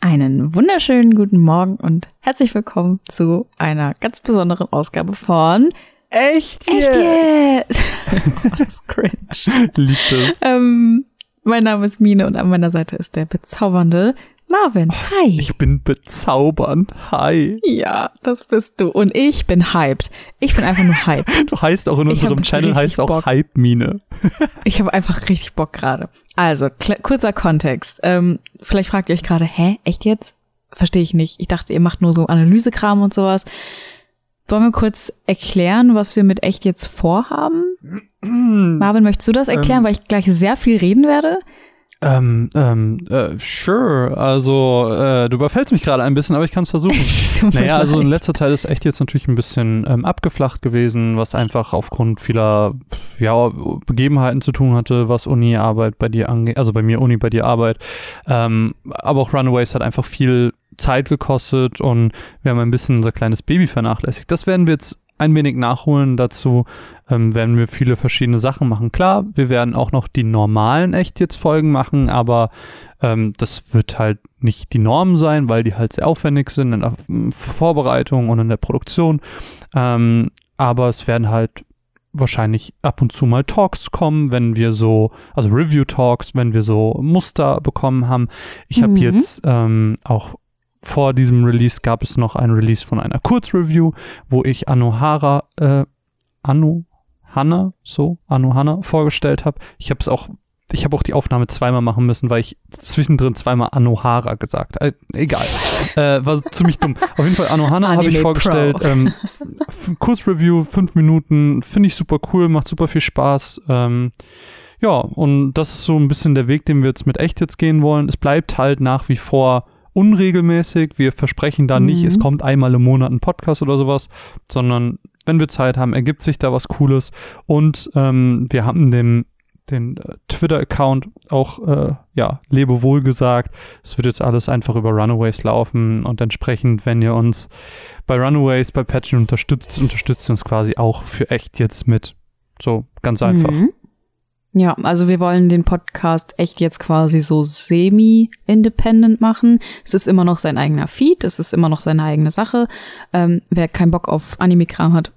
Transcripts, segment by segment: Einen wunderschönen guten Morgen und herzlich willkommen zu einer ganz besonderen Ausgabe von Echt? Echt jetzt? jetzt? das ist cringe. Liebt es. ähm, mein Name ist Mine und an meiner Seite ist der bezaubernde Marvin. Oh, Hi. Ich bin bezaubernd. Hi. Ja, das bist du. Und ich bin hyped. Ich bin einfach nur hyped. Du heißt auch in Ich unserem hab Channel richtig heißt Bock. auch Hype-Mine. Ich habe einfach richtig Bock gerade. Also, kle- kurzer Kontext. Ähm, vielleicht fragt ihr euch gerade, hä, echt jetzt? Verstehe ich nicht. Ich dachte, ihr macht nur so Analysekram und sowas. Wollen wir kurz erklären, was wir mit echt jetzt vorhaben? Hm. Marvin, möchtest du das erklären, weil ich gleich sehr viel reden werde? Ähm, ähm, äh, sure. Also, äh, du überfällst mich gerade ein bisschen, aber ich kann es versuchen. Tut mir Naja, also in leid. letzter Zeit ist echt jetzt natürlich ein bisschen ähm, abgeflacht gewesen, was einfach aufgrund vieler ja, Begebenheiten zu tun hatte, was Uni-Arbeit bei dir angeht, also bei mir Uni, bei dir Arbeit. Ähm, aber auch Runaways hat einfach viel Zeit gekostet und wir haben ein bisschen unser kleines Baby vernachlässigt. Das werden wir jetzt ein wenig nachholen. Dazu ähm, werden wir viele verschiedene Sachen machen. Klar, wir werden auch noch die normalen echt jetzt Folgen machen, aber ähm, das wird halt nicht die Norm sein, weil die halt sehr aufwendig sind in der mm, Vorbereitung und in der Produktion. Ähm, aber es werden halt wahrscheinlich ab und zu mal Talks kommen, wenn wir so, also Review-Talks, wenn wir so Muster bekommen haben. Ich habe Mhm. jetzt ähm, auch vor diesem Release gab es noch ein Release von einer Kurzreview, wo ich Anohara, äh, Anu Hanna, so, Anu Hanna vorgestellt habe. Ich habe es auch ich habe auch die Aufnahme zweimal machen müssen, weil ich zwischendrin zweimal Anohara gesagt habe. Äh, egal. äh, war ziemlich dumm. Auf jeden Fall Anohana habe ich Anime vorgestellt. Pro. Ähm, f- Kurzreview, fünf Minuten. Finde ich super cool, macht super viel Spaß. Ähm, ja, und das ist so ein bisschen der Weg, den wir jetzt mit echt jetzt gehen wollen. Es bleibt halt nach wie vor unregelmäßig. Wir versprechen da nicht, Mhm. es kommt einmal im Monat ein Podcast oder sowas, sondern wenn wir Zeit haben, ergibt sich da was Cooles. Und ähm, wir haben dem den äh, Twitter-Account auch, äh, ja, lebewohl gesagt. Es wird jetzt alles einfach über Runaways laufen und entsprechend, wenn ihr uns bei Runaways, bei Patreon unterstützt, unterstützt ihr uns quasi auch für echt jetzt mit. So, ganz einfach. Mhm. Ja, also wir wollen den Podcast echt jetzt quasi so semi-independent machen. Es ist immer noch sein eigener Feed, es ist immer noch seine eigene Sache. Ähm, wer keinen Bock auf Anime-Kram hat,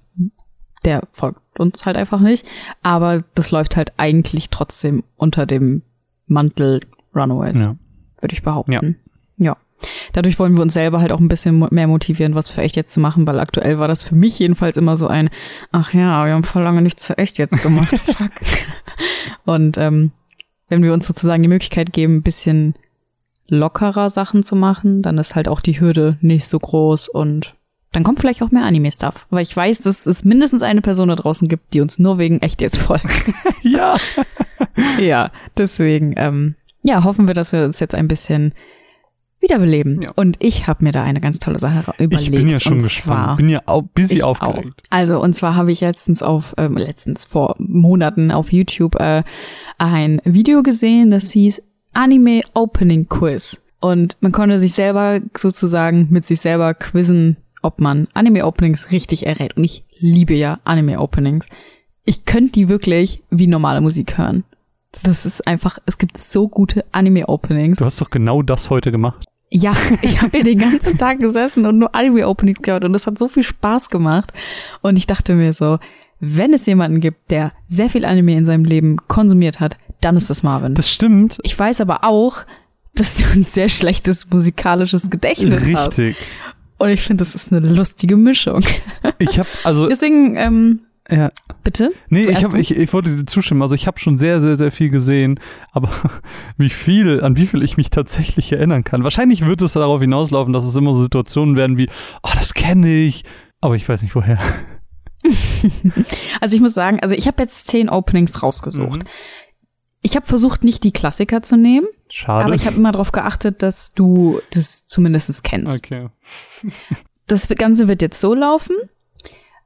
der folgt uns halt einfach nicht. Aber das läuft halt eigentlich trotzdem unter dem Mantel Runaways, Ja. würde ich behaupten. Ja. Dadurch wollen wir uns selber halt auch ein bisschen mo- mehr motivieren, was für echt jetzt zu machen, weil aktuell war das für mich jedenfalls immer so ein, ach ja, wir haben voll lange nichts für echt jetzt gemacht. Fuck. Und ähm, wenn wir uns sozusagen die Möglichkeit geben, ein bisschen lockerer Sachen zu machen, dann ist halt auch die Hürde nicht so groß und dann kommt vielleicht auch mehr Anime-Stuff. Weil ich weiß, dass es mindestens eine Person da draußen gibt, die uns nur wegen echt jetzt folgt. ja. ja, deswegen, ähm, ja, hoffen wir, dass wir uns jetzt ein bisschen wiederbeleben. Ja. Und ich habe mir da eine ganz tolle Sache überlegt. Ich bin ja schon und gespannt. zwar- Bin ja auch busy ich aufgeregt. Auch. Also und zwar habe ich letztens auf ähm, letztens vor Monaten auf YouTube äh, ein Video gesehen, das hieß Anime Opening Quiz und man konnte sich selber sozusagen mit sich selber quizzen, ob man Anime Openings richtig errät und ich liebe ja Anime Openings. Ich könnte die wirklich wie normale Musik hören. Das ist einfach, es gibt so gute Anime Openings. Du hast doch genau das heute gemacht. Ja, ich habe hier den ganzen Tag gesessen und nur Anime-Openings gehört und das hat so viel Spaß gemacht. Und ich dachte mir so, wenn es jemanden gibt, der sehr viel Anime in seinem Leben konsumiert hat, dann ist das Marvin. Das stimmt. ich weiß aber auch, dass du ein sehr schlechtes musikalisches Gedächtnis hast. Richtig. Und ich finde, das ist eine lustige Mischung. Ich habe also Deswegen, ähm, ja, bitte? nee, ich, Zuerst hab, du? ich, ich wollte dir zustimmen. Also ich habe schon sehr, sehr, sehr viel gesehen, aber wie viel, an wie viel ich mich tatsächlich erinnern kann. Wahrscheinlich wird es darauf hinauslaufen, dass es immer so Situationen werden wie, oh, das kenne ich, aber ich weiß nicht woher. Also ich muss sagen, also ich habe jetzt zehn Openings Mhm. rausgesucht. Ich habe versucht, nicht die Klassiker zu nehmen, Schade. aber ich habe immer darauf geachtet, dass du das zumindest kennst. okay. Das Ganze wird jetzt so laufen.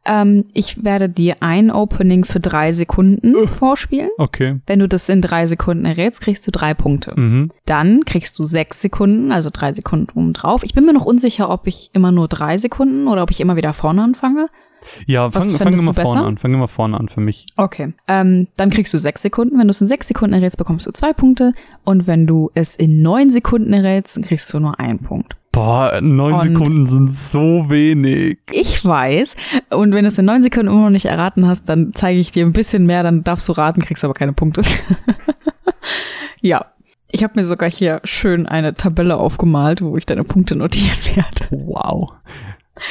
Ähm, ich werde dir ein Opening für drei Sekunden vorspielen. Okay. Wenn du das in drei Sekunden errätst, kriegst du drei Punkte. Mhm. Dann kriegst du sechs Sekunden, also drei Sekunden oben drauf. Ich bin mir noch unsicher, ob ich immer nur drei Sekunden oder ob ich immer wieder vorne anfange. Ja, Was fangen fang findest wir mal du vorne besser? an. Fangen wir mal vorne an für mich. Okay. Ähm, dann kriegst du sechs Sekunden. Wenn du es in sechs Sekunden errätst, bekommst du zwei Punkte. Und wenn du es in neun Sekunden errätst, dann kriegst du nur einen Punkt. Boah, neun Und- Sekunden sind so wenig. Ich weiß. Und wenn du es in neun Sekunden immer noch nicht erraten hast, dann zeige ich dir ein bisschen mehr. Dann darfst du raten, kriegst aber keine Punkte. ja. Ich habe mir sogar hier schön eine Tabelle aufgemalt, wo ich deine Punkte notieren werde. Wow.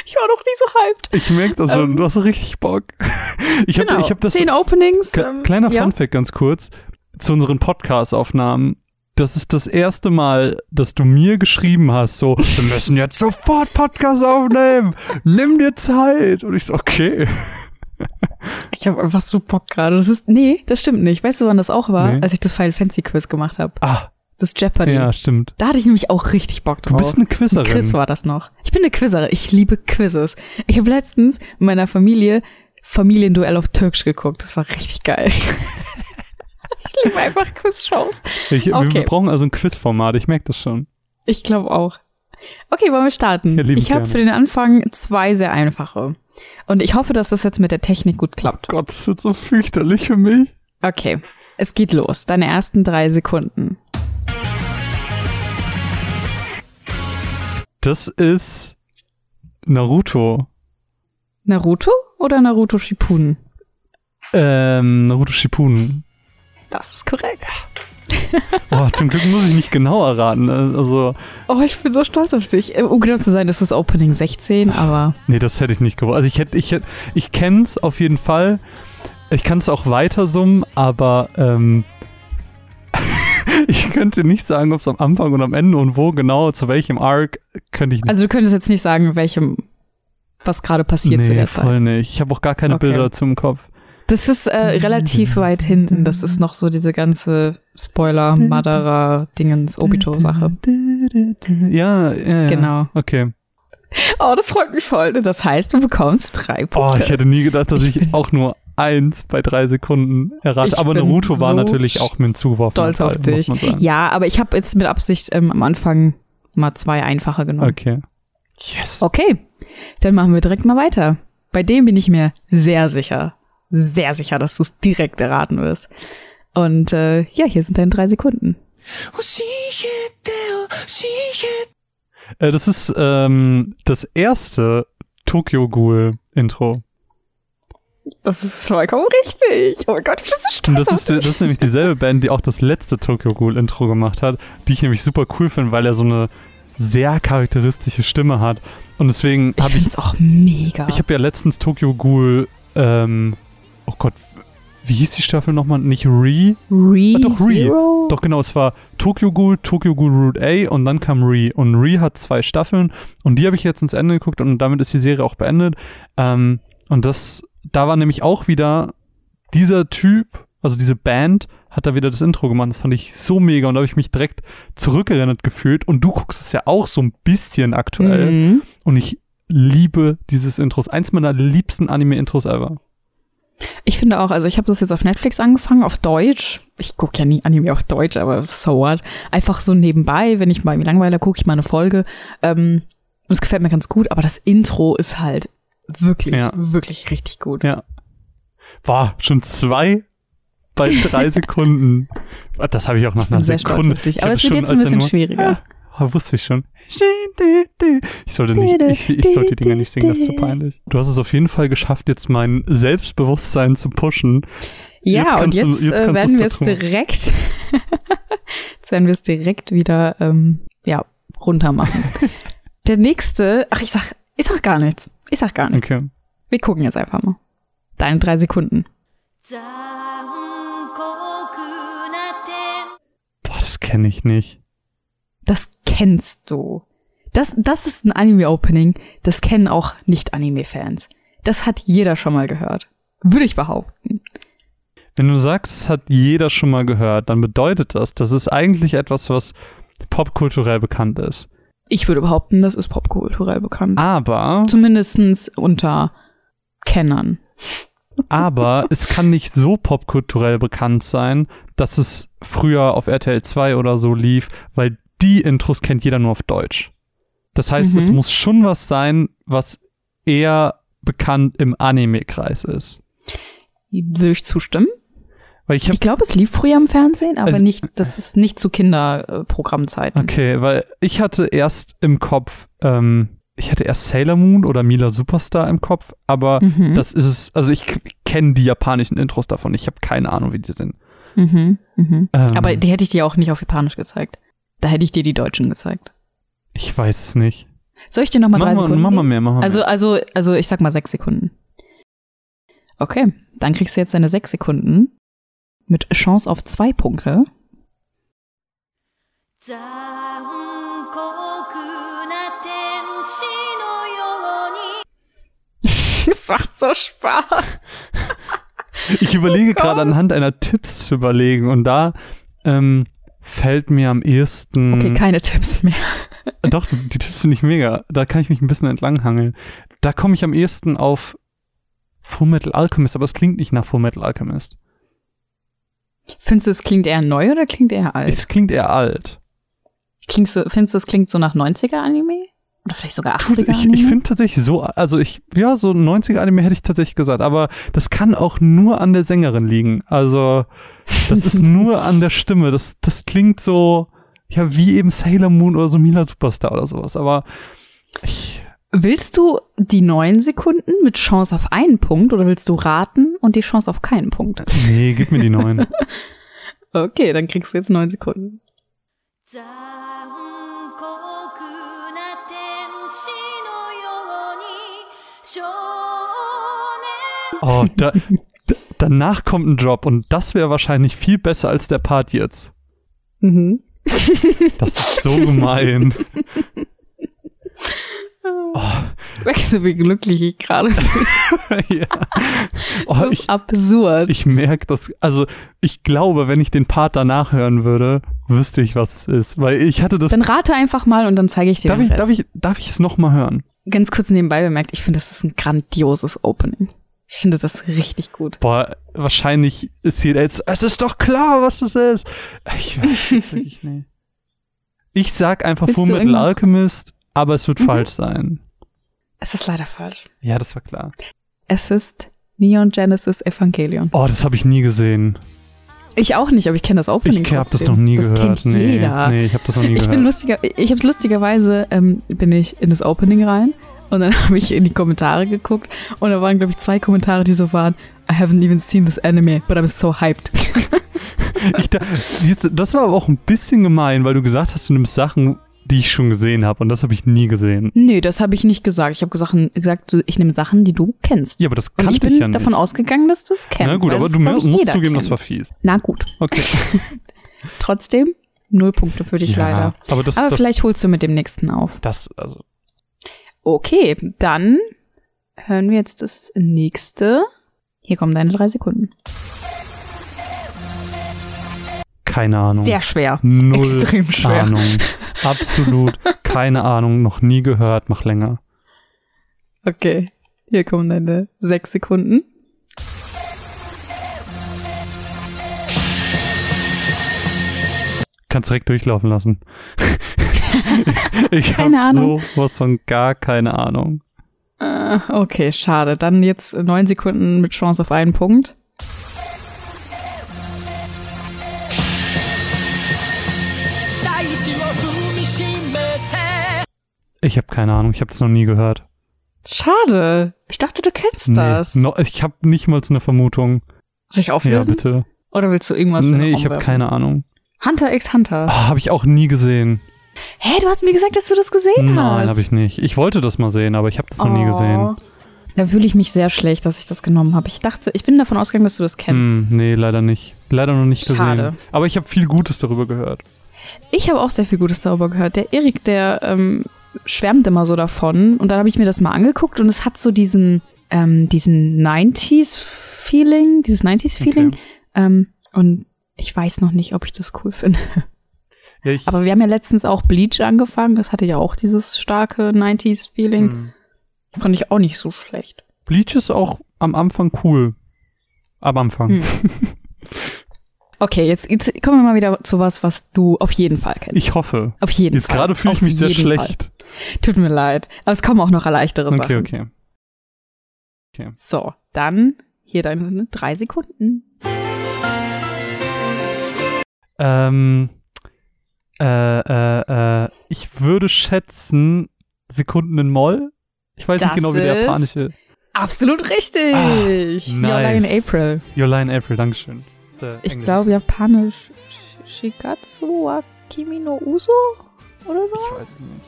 Ich war noch nie so hyped. Ich merke das schon, Ähm, du hast richtig Bock. Ich habe genau. ich hab das. Zehn Openings. Ke- ähm, Kleiner ja. Funfact ganz kurz zu unseren Podcast-Aufnahmen. Das ist das erste Mal, dass du mir geschrieben hast, so, wir müssen jetzt sofort Podcast aufnehmen. Nimm dir Zeit. Und ich so, okay. Ich habe einfach so Bock gerade. Das ist nee, das stimmt nicht. Weißt du, wann das auch war? Nee. Als ich das Final Fantasy Quiz gemacht habe. Ah, Das Jeopardy. ja, stimmt. Da hatte ich nämlich auch richtig Bock drauf. Du bist eine Quizzerin. Oh. Quiz war das noch. Ich bin eine Quizzerin. Ich liebe Quizzes. Ich habe letztens mit meiner Familie Familienduell auf Türkisch geguckt. Das war richtig geil. ich liebe einfach Quizshows. ich, wir- Wir Okay. brauchen also ein Quizformat, ich merke das schon. Ich glaube auch. Okay, wollen wir starten? Ja, lieben ich habe gerne. für den Anfang zwei sehr einfache. Und ich hoffe, dass das jetzt mit der Technik gut klappt. Gott, das wird so fürchterlich für mich. Okay, es geht los. Deine ersten drei Sekunden. Das ist Naruto. Naruto oder Naruto Shippuden? Ähm, Naruto Shippuden. Das ist korrekt. Boah, zum Glück muss ich nicht genau erraten. Also, Oh, ich bin so stolz auf dich. Äh, Um genau zu sein, das ist Opening 16, aber nee, das hätte ich nicht gewollt. Also, ich hätte, ich hätte, ich kenn's auf jeden Fall. Ich kann es auch weiter summen, aber, ähm, ich könnte nicht sagen, ob es am Anfang und am Ende und wo genau, zu welchem Arc, könnte ich nicht. also du könntest jetzt nicht sagen, welchem was gerade passiert zu nee, der Zeit. voll nicht. Ich habe auch gar keine Okay. Bilder zum Kopf. Das ist äh, Mhm. relativ weit hinten. Das ist noch so diese ganze Spoiler, Madara, Dingens, Mhm. Obito-Sache. Ja, ja, ja. Genau. Okay. Oh, das freut mich voll. Das heißt, du bekommst drei Oh, ich Punkte. hätte nie gedacht, dass Ich ich, bin- auch nur eins bei drei Sekunden errate. Ich Aber bin Naruto war so natürlich auch mit dem Zuwurf. stolz auf dich. Muss man sagen. ja, aber ich habe jetzt mit Absicht ähm, am Anfang mal zwei einfache genommen. Okay. Yes. Okay, dann machen wir direkt mal weiter. Bei dem bin ich mir sehr sicher, sehr sicher, dass du es direkt erraten wirst. Und äh, ja, hier sind deine drei Sekunden. 教えてよ教えて Äh, das ist ähm, das erste Tokyo Ghoul Intro. Das ist vollkommen richtig. Oh mein Gott, ich bin so Und stolz das ist, äh, die- das ist nämlich dieselbe Band, die auch das letzte Tokyo Ghoul Intro gemacht hat, die ich nämlich super cool finde, weil er so eine sehr charakteristische Stimme hat. Und deswegen Ich habe ich finde es auch mega. Ich habe ja letztens Tokyo Ghoul, ähm, oh Gott, wie hieß die Staffel nochmal? Nicht Re? Re Ah, doch, Re. Zero? Doch genau, es war Tokyo Ghoul, Tokyo Ghoul Route A und dann kam Re. Und Re hat zwei Staffeln und die habe ich jetzt ins Ende geguckt und damit ist die Serie auch beendet. Ähm, und das, da war nämlich auch wieder dieser Typ, also diese Band, hat da wieder das Intro gemacht. Das fand ich so mega und da habe ich mich direkt zurückerinnert gefühlt. Und du guckst es ja auch so ein bisschen aktuell. Mhm. Und ich liebe dieses Intros. Eins meiner liebsten Anime-Intros ever. Ich finde auch, also ich habe das jetzt auf Netflix angefangen, auf Deutsch. Ich gucke ja nie Anime auf Deutsch, aber so what. Einfach so nebenbei, wenn ich mal mir langweile, gucke ich mal eine Folge. Ähm, und es gefällt mir ganz gut, aber das Intro ist halt wirklich, Ja. wirklich richtig gut. Ja. War schon zwei bei drei Sekunden. Ah, Das habe ich auch nach Ich bin einer sehr stolz Sekunde. auf dich. Ich Aber hab es wird schon, jetzt ein als er bisschen nur- schwieriger. Ah, wusste ich schon. Ich sollte nicht, ich, ich sollte die Dinger nicht singen, das ist zu peinlich. Du hast es auf jeden Fall geschafft, jetzt mein Selbstbewusstsein zu pushen. Ja, Jetzt und kannst du- jetzt, jetzt äh, kannst werden du's wir es so tun. direkt, jetzt werden wir es direkt wieder, ähm, ja, runter machen. Der nächste, ach, ich sag, ich sag gar nichts. Ich sag gar nichts. Okay. Wir gucken jetzt einfach mal. Deine drei Sekunden. 残酷な天 Boah, das kenne ich nicht. Das kennst du. Das, das ist ein Anime-Opening. Das kennen auch Nicht-Anime-Fans. Das hat jeder schon mal gehört. Würde ich behaupten. Wenn du sagst, es hat jeder schon mal gehört, dann bedeutet das, das ist eigentlich etwas, was popkulturell bekannt ist. Ich würde behaupten, das ist popkulturell bekannt. Aber Ah, Zumindestens unter Kennern. aber es kann nicht so popkulturell bekannt sein, dass es früher auf RTL 2 oder so lief, weil die Intros kennt jeder nur auf Deutsch. Das heißt, Mhm. es muss schon was sein, was eher bekannt im Anime-Kreis ist. Würde ich zustimmen. Weil ich Ich, habe glaube, es lief früher im Fernsehen, aber Also- nicht, das ist nicht zu Kinderprogrammzeiten. Okay, weil ich hatte erst im Kopf, ähm, ich hatte erst Sailor Moon oder Mila Superstar im Kopf, aber Mhm. das ist es, also ich kenne die japanischen Intros davon, ich habe keine Ahnung, wie die sind. Mhm. Mhm. Ähm, Aber die hätte ich dir auch nicht auf Japanisch gezeigt. Da hätte ich dir die Deutschen gezeigt. ich weiß es nicht. Soll ich dir noch mal drei mach, mal, Sekunden? mach mal geben? mehr, mach mal also, mehr. also, also ich sag mal sechs Sekunden. Okay, dann kriegst du jetzt deine sechs Sekunden mit Chance auf zwei Punkte. 残酷な天使のように Es macht so Spaß. Ich überlege Oh Gott. gerade anhand einer Tipps zu überlegen und da ähm, fällt mir am ehesten. Okay, keine Tipps mehr. Doch, das- die Tipps finde ich mega. Da kann ich mich ein bisschen entlanghangeln. Da komme ich am ehesten auf Fullmetal Alchemist, aber es klingt nicht nach Fullmetal Alchemist. Findest du, es klingt eher neu oder klingt eher alt? Es klingt eher alt. Klingst du, findest du, es klingt so nach 90er-Anime? Oder vielleicht sogar Tut- Ich, 80er-Anime? ich finde tatsächlich so, also ich, ja, so 90er-Anime hätte ich tatsächlich gesagt, aber das kann auch nur an der Sängerin liegen. Also, das ist nur an der Stimme. Das, das klingt so, ja, wie eben Sailor Moon oder so Mila Superstar oder sowas, aber ich, Willst du die neun Sekunden mit Chance auf einen Punkt oder willst du raten und die Chance auf keinen Punkt? nee, gib mir die neuen. Okay, dann kriegst du jetzt neun Sekunden. 残酷な天使のように少年 Oh, da, d- danach kommt ein Drop und das wäre wahrscheinlich viel besser als der Part jetzt. Mhm. Das ist so gemein. Weißt du, wie glücklich ich gerade bin? ja. oh, Das ich, ist absurd. ich merke das. Also, ich glaube, wenn ich den Part danach hören würde, wüsste ich, was es ist. Weil ich hatte das. dann rate einfach mal und dann zeige ich dir Darf den ich, Rest. darf, ich, darf ich es nochmal hören? Ganz kurz nebenbei bemerkt, ich finde, das ist ein grandioses Opening. Ich finde das richtig gut. Boah, wahrscheinlich ist hier jetzt. Es ist doch klar, was es ist. Ich weiß es wirklich nicht. Ich sag einfach Willst du Fullmetal irgendwas- Mhm. Alchemist, aber es wird falsch sein. Es ist leider falsch. Ja, das war klar. Es ist Neon Genesis Evangelion. Oh, das habe ich nie gesehen. Ich auch nicht, aber ich kenne das Opening. Ich habe das trotzdem. noch nie das gehört. Kennt nee, jeder. nee, ich habe das noch nie Ich gehört. bin lustiger, ich habe lustigerweise ähm, bin ich in das Opening rein und dann habe ich in die Kommentare geguckt und da waren glaube ich zwei Kommentare, die so waren: I haven't even seen this anime, but I'm so hyped. Ich da, jetzt, das war aber auch ein bisschen gemein, weil du gesagt hast, du nimmst Sachen, die ich schon gesehen habe und das habe ich nie gesehen. nee, das habe ich nicht gesagt. Ich habe gesagt, gesagt, so, ich nehme Sachen, die du kennst. Ja, aber das und kannte ich ich, bin ja nicht. davon ausgegangen, dass du es kennst. Na gut, weil aber das, du glaub ich, musst jeder zugeben, kennt. das war fies. Na gut, Okay. trotzdem null Punkte für dich ja, leider. Aber das, Aber das, vielleicht holst du mit dem nächsten auf. das, also, Okay, dann hören wir jetzt das nächste. Hier kommen deine drei Sekunden. keine Ahnung. Sehr schwer. Null Extrem schwer. Ahnung. Absolut keine Ahnung, noch nie gehört, mach länger. Okay, hier kommen deine sechs Sekunden. Kannst direkt durchlaufen lassen. ich habe Keine Ahnung. sowas von gar keine Ahnung. Äh, okay, schade. Dann jetzt neun Sekunden mit Chance auf einen Punkt. Ich habe keine Ahnung, ich habe das noch nie gehört. Schade. Ich dachte, du kennst das. No, ich habe nicht mal eine Vermutung. Soll ich Ja, auflösen? bitte. Oder willst du irgendwas in den nee, Raum ich habe werfen? keine Ahnung. Hunter x Hunter. Oh, habe ich auch nie gesehen. Hä, du hast mir gesagt, dass du das Oh, gesehen hast. Nein, habe ich nicht. Ich wollte das mal sehen, aber ich habe das noch nie gesehen. Da fühle ich mich sehr schlecht, dass ich das genommen habe. Ich dachte, ich bin davon ausgegangen, dass du das kennst. Hm, nee, leider nicht. Leider noch nicht gesehen. Schade. Aber ich habe viel Gutes darüber gehört. Ich habe auch sehr viel Gutes darüber gehört. Der Erik, der ähm, schwärmt immer so davon. Und dann habe ich mir das mal angeguckt und es hat so diesen, ähm, diesen 90s-Feeling, dieses 90s-Feeling. Okay. Ähm, und ich weiß noch nicht, ob ich das cool finde. Ja, ich, Aber wir haben ja letztens auch Bleach angefangen. Das hatte ja auch dieses starke 90s-Feeling. hm. Fand ich auch nicht so schlecht. Bleach ist auch am Anfang cool. Am Anfang. Hm. Okay, jetzt, jetzt kommen wir mal wieder zu was, was du auf jeden Fall kennst. Ich hoffe. auf jeden Jetzt Fall. gerade fühle ich Auf mich sehr jeden Fall. schlecht. Tut mir leid. Aber es kommen auch noch leichtere Sachen. Okay, okay. Okay. So, dann hier deine drei Sekunden. Ähm, äh, äh, äh, ich würde schätzen, Sekunden in Moll. Ich weiß Das nicht genau, wie der ist- japanische. Absolut richtig. Ah, Your Lie in nice. April. Yolaine April, Dankeschön. Ist, äh, Ich Englisch. glaube japanisch. Sh- Shigatsu wa Kimi no Uso? Oder so? Ich weiß es nicht.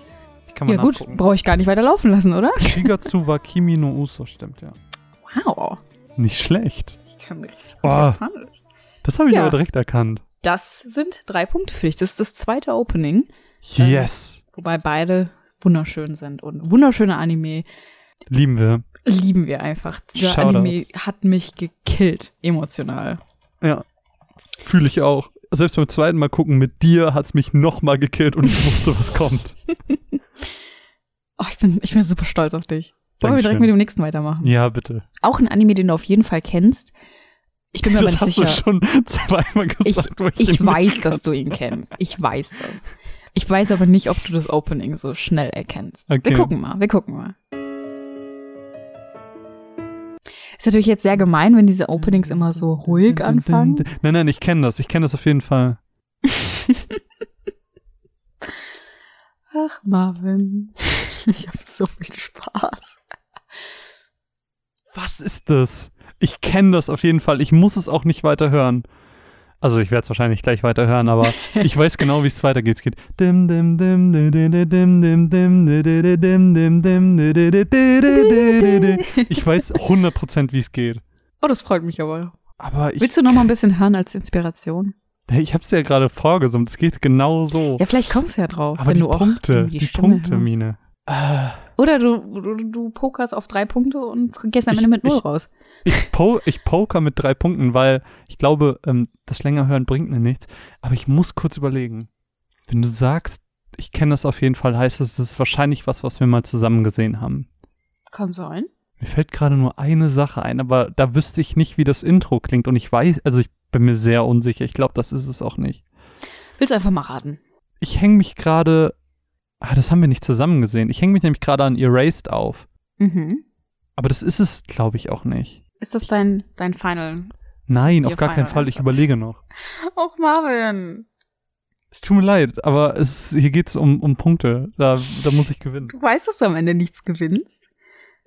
Die kann man Ja gut, nachgucken. brauche ich gar nicht weiter laufen lassen, oder? Shigatsu wa Kimi no Uso, stimmt, ja. Wow. Nicht schlecht. Ich kann richtig gut Ah. japanisch. Das habe ich Ja. aber direkt erkannt. Das sind drei Punkte für dich. Das ist das zweite Opening, Ähm, Yes. wobei beide wunderschön sind. Und wunderschöne Anime Lieben wir. lieben wir einfach. Dieser Shoutouts. Anime hat mich gekillt, emotional. Ja. Fühle ich auch. Selbst beim zweiten Mal gucken mit dir hat es mich nochmal gekillt und ich wusste, was kommt. Oh, ich, bin, ich bin super stolz auf dich. Wollen wir direkt Dankeschön. mit dem nächsten weitermachen? Ja, bitte. Auch ein Anime, den du auf jeden Fall kennst. Ich bin mir das aber nicht hast sicher. du schon zweimal gesagt. wo Ich ihn weiß, nicht dass du ihn kennst. Ich weiß das. Ich weiß aber nicht, ob du das Opening so schnell erkennst. Okay. Wir gucken mal, wir gucken mal. Ist natürlich jetzt sehr gemein, wenn diese Openings immer so ruhig anfangen. Nein, nein, ich kenne das. Ich kenne das auf jeden Fall. Ach, Marvin. Ich habe so viel Spaß. Was ist das? Ich kenne das auf jeden Fall. Ich muss es auch nicht weiter hören. Also ich werde es wahrscheinlich gleich weiter hören, aber ich weiß genau, wie es weitergeht. Es geht dim dim dim dim dim dim dim dim dim dim dim dim dim dim Ich weiß 100 wie es geht. Oh, das freut mich aber. Aber ich, Willst du noch mal ein bisschen hören als Inspiration? ich habe es ja gerade vorgesummt. Es geht genau so. Ja, vielleicht kommst du ja drauf, Aber wenn die du auch Punkte, irgendwie die, die Stimme Punkte, hörst. Mine. Äh, Oder du, du, du pokerst auf drei Punkte und gehst am Ich- Ende mit null ich- raus. Ich, po ich poker mit drei Punkten, weil ich glaube, ähm, das Längerhören bringt mir nichts. Aber ich muss kurz überlegen. Wenn du sagst, ich kenne das auf jeden Fall, heißt das, das ist wahrscheinlich was, was wir mal zusammen gesehen haben. Kann sein. Mir fällt gerade nur eine Sache ein, aber da wüsste ich nicht, wie das Intro klingt. Und ich weiß, also ich bin mir sehr unsicher. Ich glaube, das ist es auch nicht. Willst du einfach mal raten? Ich hänge mich gerade. Ah, das haben wir nicht zusammen gesehen. Ich hänge mich nämlich gerade an Erased auf. Mhm. Aber das ist es, glaube ich, auch nicht. Ist das dein, dein Final? Nein, Your auf gar keinen final Fall. Ich answer. überlege noch. Auch Marvin. Es tut mir leid, aber es, hier geht es um, um Punkte. Da, da muss ich gewinnen. Du weißt, dass du am Ende nichts gewinnst.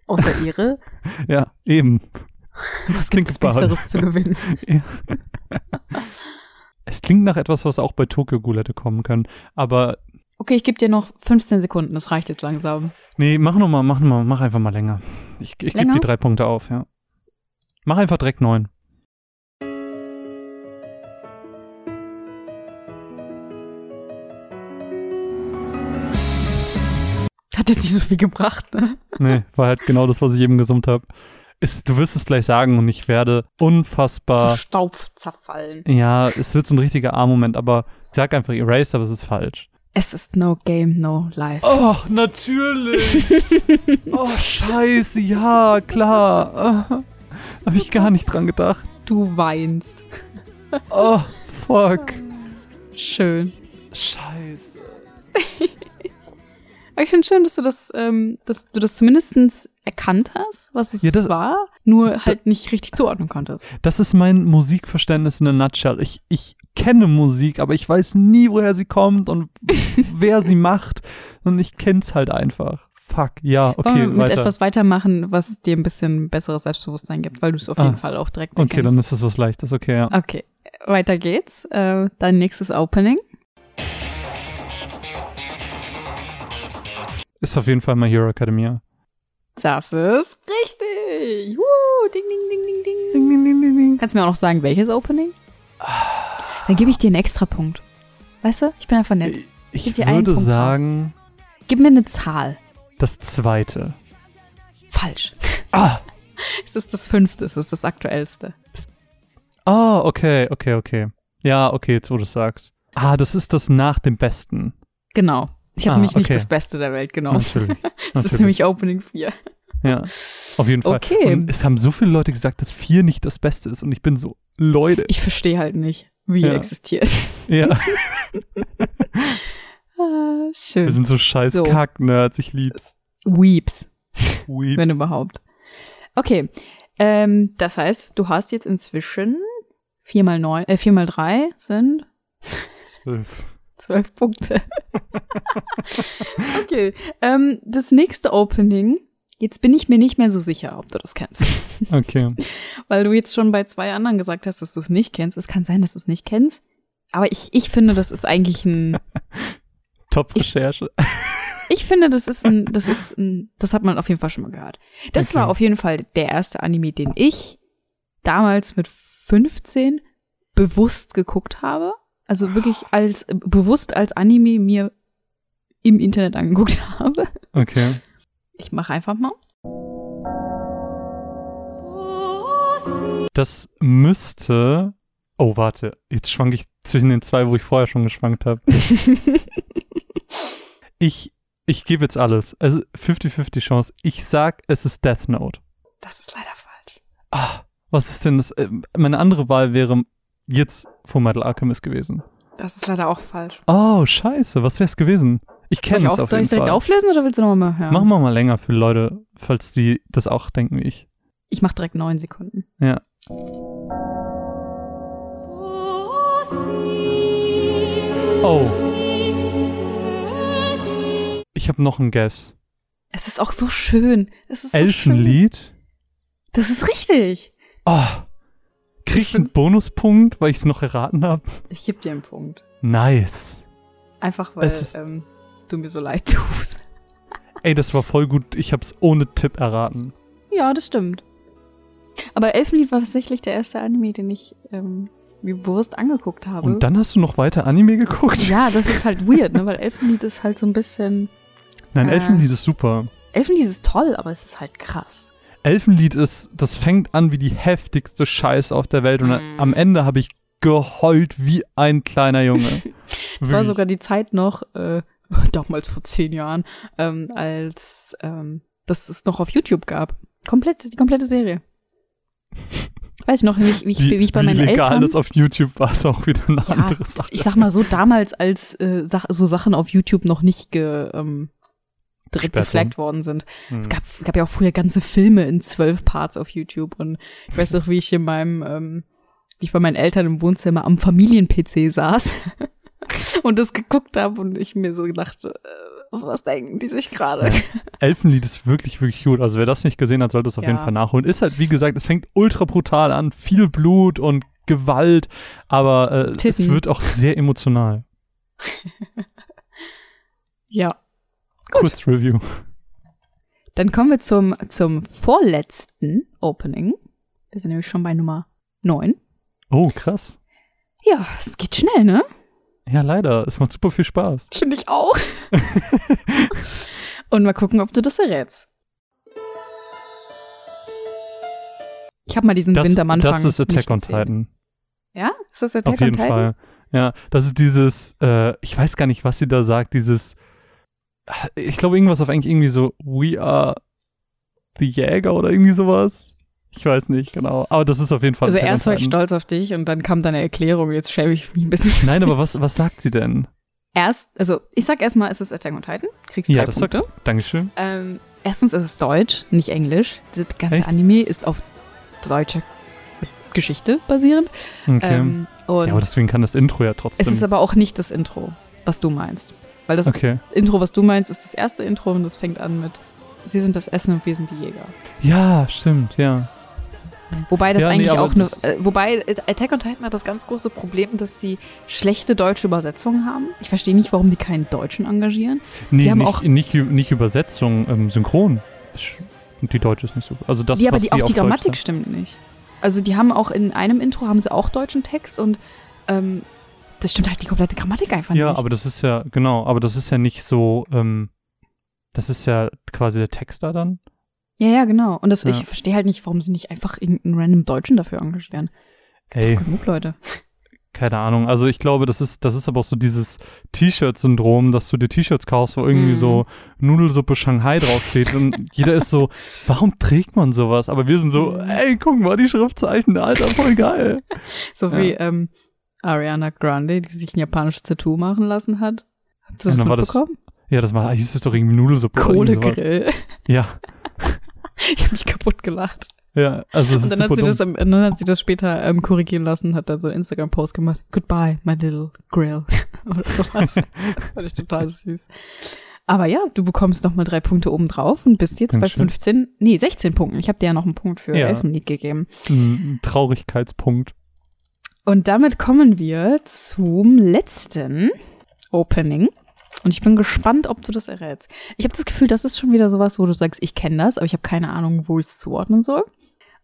Außer Ehre. Ja, eben. Was Think gibt es about it. Besseres zu gewinnen? Es klingt nach etwas, was auch bei Tokyo Ghoul hätte kommen können. Aber Okay, ich gebe dir noch 15 Sekunden. Das reicht jetzt langsam. nee, mach noch mal, mach noch mal, mach einfach mal länger. Ich, ich gebe Länger? die drei Punkte auf, ja. Mach einfach direkt neun. Hat jetzt nicht so viel gebracht, ne? Nee, war halt genau das, was ich eben gesummt habe. Du wirst es gleich sagen und ich werde Zu unfassbar. Staub zerfallen. Ja, es wird so ein richtiger A-Moment, aber sag einfach erased, aber es ist falsch. Es ist no game, no life. Oh, natürlich. oh, scheiße, ja, klar. Habe ich gar nicht dran gedacht. Du weinst. Oh, fuck. Schön. Scheiße. Aber ich finde schön, dass du das, ähm, dass du das zumindest erkannt hast, was es Ja, das- war, nur halt nicht richtig zuordnen konntest. Das ist mein Musikverständnis in a nutshell. Ich, ich kenne Musik, aber ich weiß nie, woher sie kommt und wer sie macht. Und ich kenn's halt einfach. Fuck, ja, okay, Wollen wir Oh, mit weiter. etwas weitermachen, was dir ein bisschen besseres Selbstbewusstsein gibt, weil du es auf Ah. jeden Fall auch direkt okay, dann erkennst. ist das was Leichtes, okay, ja. Okay, weiter geht's. Äh, dein nächstes Opening. Ist auf jeden Fall My Hero Academia. Das ist richtig. Woo, ding, ding, ding, ding, ding. Kannst du mir auch noch sagen, welches Opening? Dann gebe ich dir einen extra Punkt. Weißt du, ich bin einfach nett. Ich Gib dir einen würde Punkt drauf. sagen, Gib mir eine Zahl. das zweite. Falsch. Ah! Es ist das fünfte, es ist das aktuellste. Ah, okay, okay, okay. Ja, okay, jetzt wo du es sagst. Ah, das ist das nach dem Besten. Genau. Ich habe Ah, mich nicht okay. das Beste der Welt genommen. Natürlich. Es ist nämlich Opening 4. Ja, auf jeden Fall. Okay. Und es haben so viele Leute gesagt, dass vier nicht das Beste ist und ich bin so, Leute. Ich verstehe halt nicht, wie Ja. er existiert. Ja, Ah, wir schön. sind so scheiß ne? So. Kack-Nerds, ich lieb's. Weeps, Weeps. wenn überhaupt. Okay. Ähm, das heißt, du hast jetzt inzwischen vier mal neun, äh, vier mal drei sind Zwölf. zwölf Punkte. okay. Ähm, das nächste Opening. Jetzt bin ich mir nicht mehr so sicher, ob du das kennst. Okay. Weil du jetzt schon bei zwei anderen gesagt hast, dass du es nicht kennst. Es kann sein, dass du es nicht kennst. Aber ich, ich finde, das ist eigentlich ein. Top-Recherche. Ich finde, das ist ein. Das ist ein. Das hat man auf jeden Fall schon mal gehört. Das Okay. war auf jeden Fall der erste Anime, den ich damals mit 15 bewusst geguckt habe. Also wirklich als bewusst als Anime mir im Internet angeguckt habe. Okay. Ich mache einfach mal. Das müsste. Oh, warte. Jetzt schwank ich zwischen den zwei, wo ich vorher schon geschwankt habe. Ich, ich gebe jetzt alles. Also 50-50 Chance. Ich sag, es ist Death Note. Das ist leider falsch. Ah, was ist denn das? Äh, Meine andere Wahl wäre jetzt Full Metal Alchemist gewesen. Das ist leider auch falsch. Oh, scheiße. Was wär's gewesen? Ich Soll kenne ich es auf, auf soll jeden ich direkt Fall. auflösen oder willst du nochmal hören? Machen wir mal länger für Leute, falls die das auch denken wie ich. Ich mache direkt neun Sekunden. Ja. Oh. Ich habe noch einen Guess. Es ist auch so schön. Es ist So schön. Elfenlied? Das ist richtig. Oh. Krieg ich einen Bonuspunkt, weil ich es noch erraten habe? Ich gebe dir einen Punkt. Nice. Einfach weil Es ist- ähm, du mir so leid tust. Ey, das war voll gut. Ich hab's ohne Tipp erraten. Ja, das stimmt. Aber Elfenlied war tatsächlich der erste Anime, den ich ähm, mir bewusst angeguckt habe. Und dann hast du noch weiter Anime geguckt? ja, das ist halt weird, ne? weil Elfenlied ist halt so ein bisschen. Nein, Äh. Elfenlied ist super. Elfenlied ist toll, aber es ist halt krass. Elfenlied ist, das fängt an wie die heftigste Scheiße auf der Welt und Mm. am Ende habe ich geheult wie ein kleiner Junge. Es war Wirklich. sogar die Zeit noch, äh, damals vor zehn Jahren, ähm, als ähm, das es noch auf YouTube gab. Komplett, die komplette Serie. Weiß ich noch nicht, wie ich, wie, ich bei meinen legal Eltern. das auf YouTube war, ist auch wieder eine Ja, andere Sache. ich sag mal so, damals, als äh, Sach so Sachen auf YouTube noch nicht ge, ähm, direkt Gesperrt geflaggt worden sind. Hm. Es gab, gab ja auch früher ganze Filme in zwölf Parts auf YouTube und ich weiß noch, wie ich in meinem, ähm, wie ich bei meinen Eltern im Wohnzimmer am Familien-PC saß und das geguckt habe und ich mir so gedacht, äh, was denken die sich gerade? Ja. Elfenlied ist wirklich, wirklich gut. Also wer das nicht gesehen hat, sollte es auf Ja. jeden Fall nachholen. Ist halt, wie gesagt, es fängt ultra brutal an, viel Blut und Gewalt, aber äh, es Titten. wird auch sehr emotional. Ja. Kurz Review. Dann kommen wir zum, zum vorletzten Opening. Wir sind nämlich schon bei Nummer neun. Oh, krass. Ja, es geht schnell, ne? Ja, leider. Es macht super viel Spaß. Finde ich auch. Und mal gucken, ob du das errätst. Ich habe mal diesen Das, Wind am Anfang. das ist Attack nicht on gezählt. Titan. Ja? Ist das Attack Auf jeden on Titan? Fall. Ja, das ist dieses, äh, ich weiß gar nicht, was sie da sagt, dieses, ich glaube, irgendwas auf eigentlich irgendwie so, we are the Jäger oder irgendwie sowas. Ich weiß nicht genau. Aber das ist auf jeden Fall. Also Attack on erst war ich Titan. stolz auf dich und dann kam deine Erklärung. Jetzt schäme ich mich ein bisschen. Nein, aber was, was sagt sie denn? Erst, also ich sag erstmal, es ist Attack on Titan. Kriegst Ja, drei das sagt- Punkte. Dankeschön. Ähm, erstens ist es Deutsch, nicht Englisch. Das ganze Echt? Anime ist auf deutscher Geschichte basierend. Okay. Ähm, und ja, aber deswegen kann das Intro ja trotzdem. es ist aber auch nicht das Intro, was du meinst. Weil das okay. Intro, was du meinst, ist das erste Intro und das fängt an mit Sie sind das Essen und wir sind die Jäger. Ja, stimmt, ja. Wobei das Ja, nee, eigentlich aber auch eine, das- äh, wobei äh, Attack on Titan hat das ganz große Problem, dass sie schlechte deutsche Übersetzungen haben. Ich verstehe nicht, warum die keinen Deutschen engagieren. Nee, Die haben nicht, auch- nicht, nicht Übersetzung, ähm, synchron. Sch- Und die Deutsche ist nicht so gut. Also das, ja, aber was die, sie auch auf die Deutsch Grammatik sagt. stimmt nicht. Also die haben auch in einem Intro haben sie auch deutschen Text und ähm, das stimmt halt die komplette Grammatik einfach Ja, nicht. aber das ist ja, genau, aber das ist ja nicht so, ähm, das ist ja quasi der Text da dann. ja, ja, genau. Und das, Ja. ich verstehe halt nicht, warum sie nicht einfach irgendeinen random Deutschen dafür engagieren. Ey, Genug Leute. keine Ahnung. Also ich glaube, das ist, das ist aber auch so dieses T-Shirt-Syndrom, dass du dir T-Shirts kaufst, wo irgendwie Mhm. so Nudelsuppe Shanghai draufsteht und jeder ist so, warum trägt man sowas? Aber wir sind so, Mhm. ey, guck mal, die Schriftzeichen, Alter, voll geil. So Ja. wie ähm, Ariana Grande, die sich ein japanisches Tattoo machen lassen hat. Hast du Ja, das dann war das mitbekommen? ja, das mal, hieß es doch irgendwie Nudelsuppe oder irgendwie sowas. Kohlegrill. Ja, Ich habe mich kaputt gelacht. Ja, also es Und ist dann hat, super sie dumm. das, am- dann hat sie das später ähm, korrigieren lassen, hat dann so einen Instagram-Post gemacht. Goodbye, my little grill. Oder sowas. das fand ich total süß. Aber ja, du bekommst nochmal drei Punkte oben drauf und bist jetzt bei Dankeschön. 15, nee, 16 Punkten. Ich habe dir ja noch einen Punkt für Ja. Elfenlied gegeben. Ein Traurigkeitspunkt. Und damit kommen wir zum letzten Opening. Und ich bin gespannt, ob du das errätst. Ich habe das Gefühl, das ist schon wieder sowas, wo du sagst, ich kenne das, aber ich habe keine Ahnung, wo ich es zuordnen soll.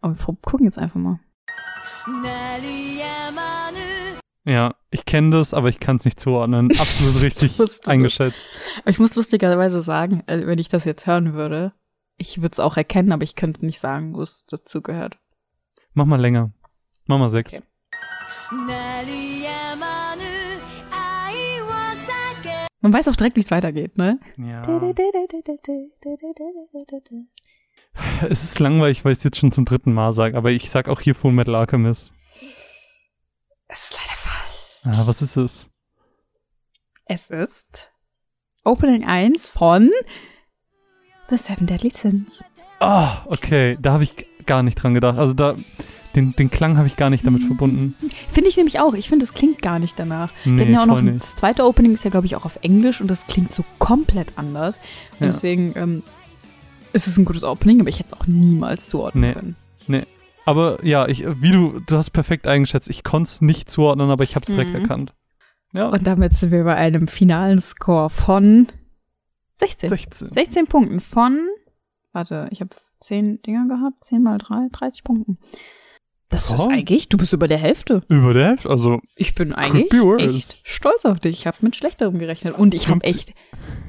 Aber wir prob- gucken jetzt einfach mal. 鳴りやまぬ Ja, ich kenne das, aber ich kann es nicht zuordnen. Absolut richtig Wusste eingeschätzt. Aber Ich muss lustigerweise sagen, also wenn ich das jetzt hören würde, ich würde es auch erkennen, aber ich könnte nicht sagen, wo es dazu gehört. Mach mal länger. Mach mal sechs. Okay. 鳴りやまぬ愛を叫ぶ Man weiß auch direkt, wie es weitergeht, ne? Ja. Es ist langweilig, weil ich es jetzt schon zum dritten Mal sage, aber ich sag auch hier Full Metal Alchemist. Es ist leider falsch. Ah, was ist es? Es ist Opening 1 von The Seven Deadly Sins. Ah, okay, da habe ich g- gar nicht dran gedacht. Also da, den, den Klang habe ich gar nicht damit verbunden. Finde ich nämlich auch. Ich finde, es klingt gar nicht danach. Nee, Wir hatten ja Hm. auch noch voll ein, nicht. das zweite Opening ist ja, glaube ich, auch auf Englisch und das klingt so komplett anders. Und Ja. deswegen ähm, ist es ein gutes Opening, aber ich hätte es auch niemals zuordnen Nee. können. Aber ja, ich, wie du, du hast perfekt eingeschätzt. Ich konnte es nicht zuordnen, aber ich habe es direkt Mhm. erkannt. Ja, Und damit sind wir bei einem finalen Score von 16. 16. 16 Punkten von, warte, ich habe 10 Dinger gehabt, 10 mal 3, 30 Punkten. Das ist Wow. eigentlich, du bist über der Hälfte. Über der Hälfte, also Ich bin eigentlich be worse. echt stolz auf dich. Ich habe mit Schlechterem gerechnet. Und ich habe 50. echt,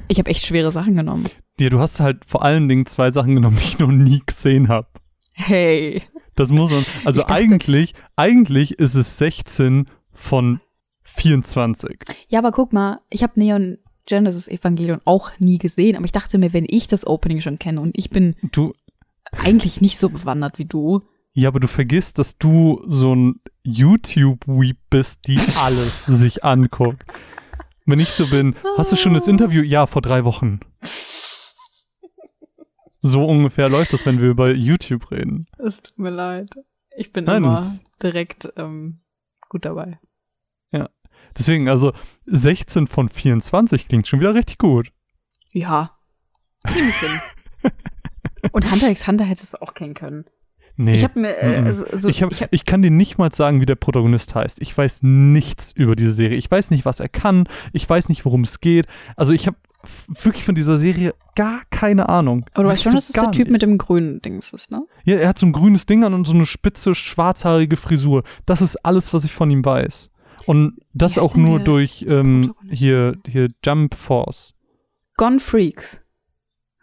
ich habe echt schwere Sachen genommen. Ja, du hast halt vor allen Dingen zwei Sachen genommen, die ich noch nie gesehen habe. Hey. Das muss man. Also dachte- eigentlich, eigentlich ist es 16 von 24. Ja, aber guck mal, ich habe Neon Genesis Evangelion auch nie gesehen. Aber ich dachte mir, wenn ich das Opening schon kenne und ich bin Du, eigentlich nicht so bewandert wie du, ja, aber du vergisst, dass du so ein YouTube-Weep bist, die alles sich anguckt. Wenn ich so bin, hast du schon das Interview? Ja, vor drei Wochen. So ungefähr läuft das, wenn wir über YouTube reden. Es tut mir leid. Ich bin Nein, immer das- direkt ähm, gut dabei. Deswegen, also 16 von 24 klingt schon wieder richtig gut. Ja. Nehme ich hin. Und Hunter x Hunter hättest du auch kennen können. Nee. Ich habe mir, äh, Mhm. also, so, ich, hab, ich ich, hab, kann dir nicht mal sagen, wie der Protagonist heißt. Ich weiß nichts über diese Serie. Ich weiß nicht, was er kann. Ich weiß nicht, worum es geht. Also ich habe f- wirklich von dieser Serie gar keine Ahnung. aber du weißt schon, Wirklich so dass das der gar Typ nicht. mit dem grünen Dings ist, ne? Ja, er hat so ein grünes Ding an und so eine spitze, schwarzhaarige Frisur. Das ist alles, was ich von ihm weiß. Und das Wie heißt auch denn nur der durch ähm, Protagonist? hier, hier Jump Force. Gone Freaks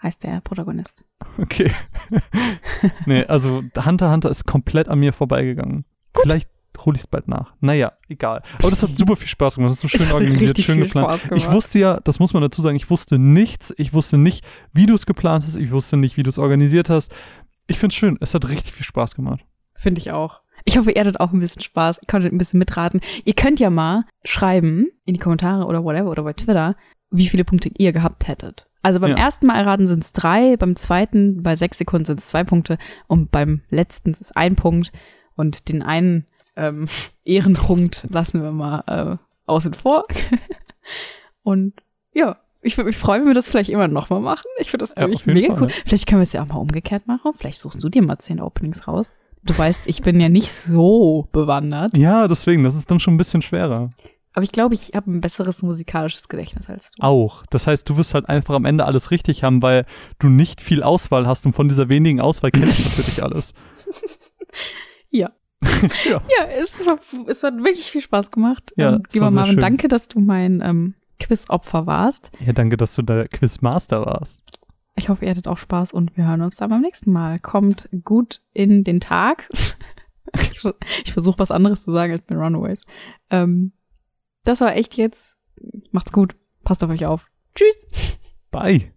heißt der Protagonist. Okay. nee, also Hunter x Hunter ist komplett an mir vorbeigegangen. Vielleicht hole ich es bald nach. Naja, egal. Aber das hat super viel Spaß gemacht. Das ist so schön Es hat organisiert, richtig schön viel geplant. Spaß Ich gemacht. wusste ja, das muss man dazu sagen, ich wusste nichts. Ich wusste nicht, wie du es geplant hast. Ich wusste nicht, wie du es organisiert hast. Ich finde es schön. Es hat richtig viel Spaß gemacht. Finde ich auch. Ich hoffe, ihr hattet auch ein bisschen Spaß. Ihr konntet ein bisschen mitraten. Ihr könnt ja mal schreiben in die Kommentare oder whatever oder bei Twitter, wie viele Punkte ihr gehabt hättet. Also beim Ja. ersten Mal erraten sind es drei, beim zweiten bei sechs Sekunden sind es zwei Punkte und beim letzten ist ein Punkt. Und den einen ähm, Ehrenpunkt lassen wir mal äh, außen vor. und ja, ich würde mich freuen, wenn wir das vielleicht immer nochmal machen. Ich finde das Ja, auf nämlich jeden mega Fall, ne? cool. ja. Vielleicht können wir es ja auch mal umgekehrt machen. Vielleicht suchst du dir mal zehn Openings raus. Du weißt, ich bin ja nicht so bewandert. Ja, deswegen, das ist dann schon ein bisschen schwerer. Aber ich glaube, ich habe ein besseres musikalisches Gedächtnis als du. Auch. Das heißt, du wirst halt einfach am Ende alles richtig haben, weil du nicht viel Auswahl hast und von dieser wenigen Auswahl kennst du natürlich alles. Ja. Ja. ja, es, war, es hat wirklich viel Spaß gemacht. Ja, ähm, es lieber war sehr Marvin, schön. danke, dass du mein ähm, Quizopfer warst. Ja, danke, dass du der Quizmaster warst. Ich hoffe, ihr hattet auch Spaß und wir hören uns dann beim nächsten Mal. Kommt gut in den Tag. Ich, ver- ich versuche was anderes zu sagen als mit Runaways. Ähm, das war echt jetzt. Macht's gut. Passt auf euch auf. Tschüss. Bye.